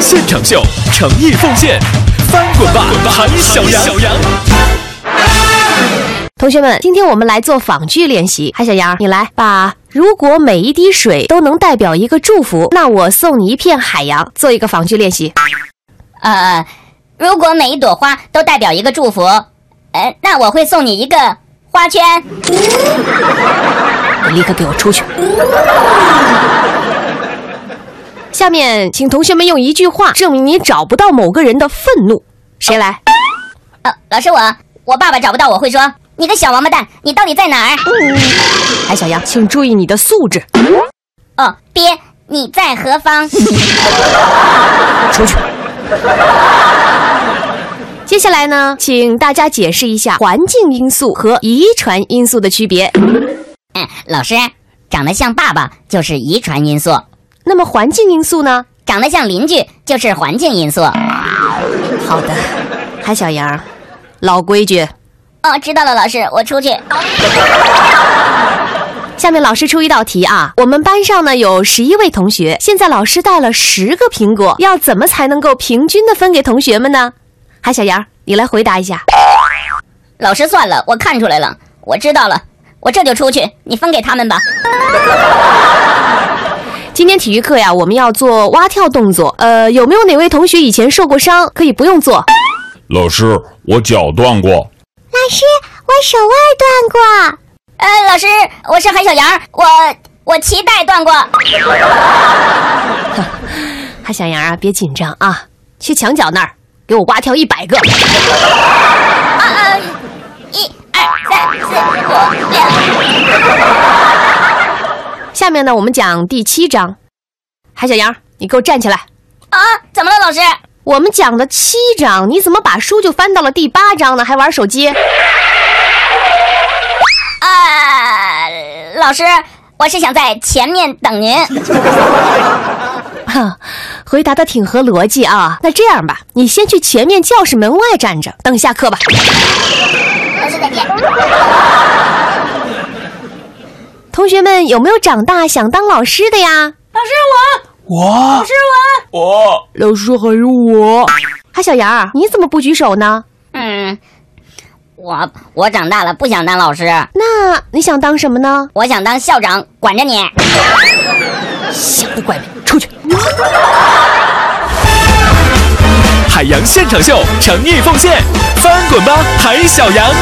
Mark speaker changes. Speaker 1: 现场秀，诚意奉献，翻滚吧，韩小杨！小杨
Speaker 2: 同学们，今天我们来做仿句练习。韩小杨，你来把“如果每一滴水都能代表一个祝福，那我送你一片海洋”做一个仿句练习。
Speaker 3: 呃，如果每一朵花都代表一个祝福，呃，那我会送你一个花圈。
Speaker 2: 你立刻给我出去！下面，请同学们用一句话证明你找不到某个人的愤怒。谁来？
Speaker 3: 呃，老师我我爸爸找不到我会说你个小王八蛋，你到底在哪儿？
Speaker 2: 韩哎小杨，请注意你的素质。
Speaker 3: 哦，鳖，你在何方？
Speaker 2: 出去。接下来呢，请大家解释一下环境因素和遗传因素的区别。
Speaker 3: 嗯，老师，长得像爸爸就是遗传因素，
Speaker 2: 那么环境因素呢？
Speaker 3: 长得像邻居就是环境因素。
Speaker 2: 好的，韩小杨，老规矩。
Speaker 3: 哦，知道了，老师，我出去。
Speaker 2: 下面老师出一道题啊，我们班上呢有十一位同学，现在老师带了十个苹果，要怎么才能够平均的分给同学们呢？韩小杨，你来回答一下。
Speaker 3: 老师算了，我看出来了，我知道了，我这就出去，你分给他们吧。
Speaker 2: 今天体育课呀，我们要做蛙跳动作，呃，有没有哪位同学以前受过伤，可以不用做？
Speaker 4: 老师，我脚断过。
Speaker 5: 老师，我手腕断过。
Speaker 3: 呃，老师，我是韩小杨，我我脐带断过。
Speaker 2: 韩小杨啊，别紧张啊，去墙角那儿给我蛙跳一百个。
Speaker 3: 啊啊！一二三四五六，
Speaker 2: 下面呢，我们讲第七章。韩小杨，你给我站起来。
Speaker 3: 啊，怎么了，老师？
Speaker 2: 我们讲的七章，你怎么把书就翻到了第八章呢？还玩手机？
Speaker 3: 啊，老师，我是想在前面等您。
Speaker 2: 哈，回答的挺合逻辑啊。那这样吧，你先去前面教室门外站着，等下课吧。
Speaker 3: 老师再见。
Speaker 2: 同学们有没有长大想当老师的呀？
Speaker 4: 我
Speaker 2: 啊老师还有我。韩小杨儿，你怎么不举手呢？
Speaker 3: 嗯，我我长大了，不想当老师，
Speaker 2: 那你想当什么呢？
Speaker 3: 我想当校长，管着你。
Speaker 2: 想不怪你，出去。
Speaker 1: 海洋现场秀，诚意奉献，翻滚吧，海小杨！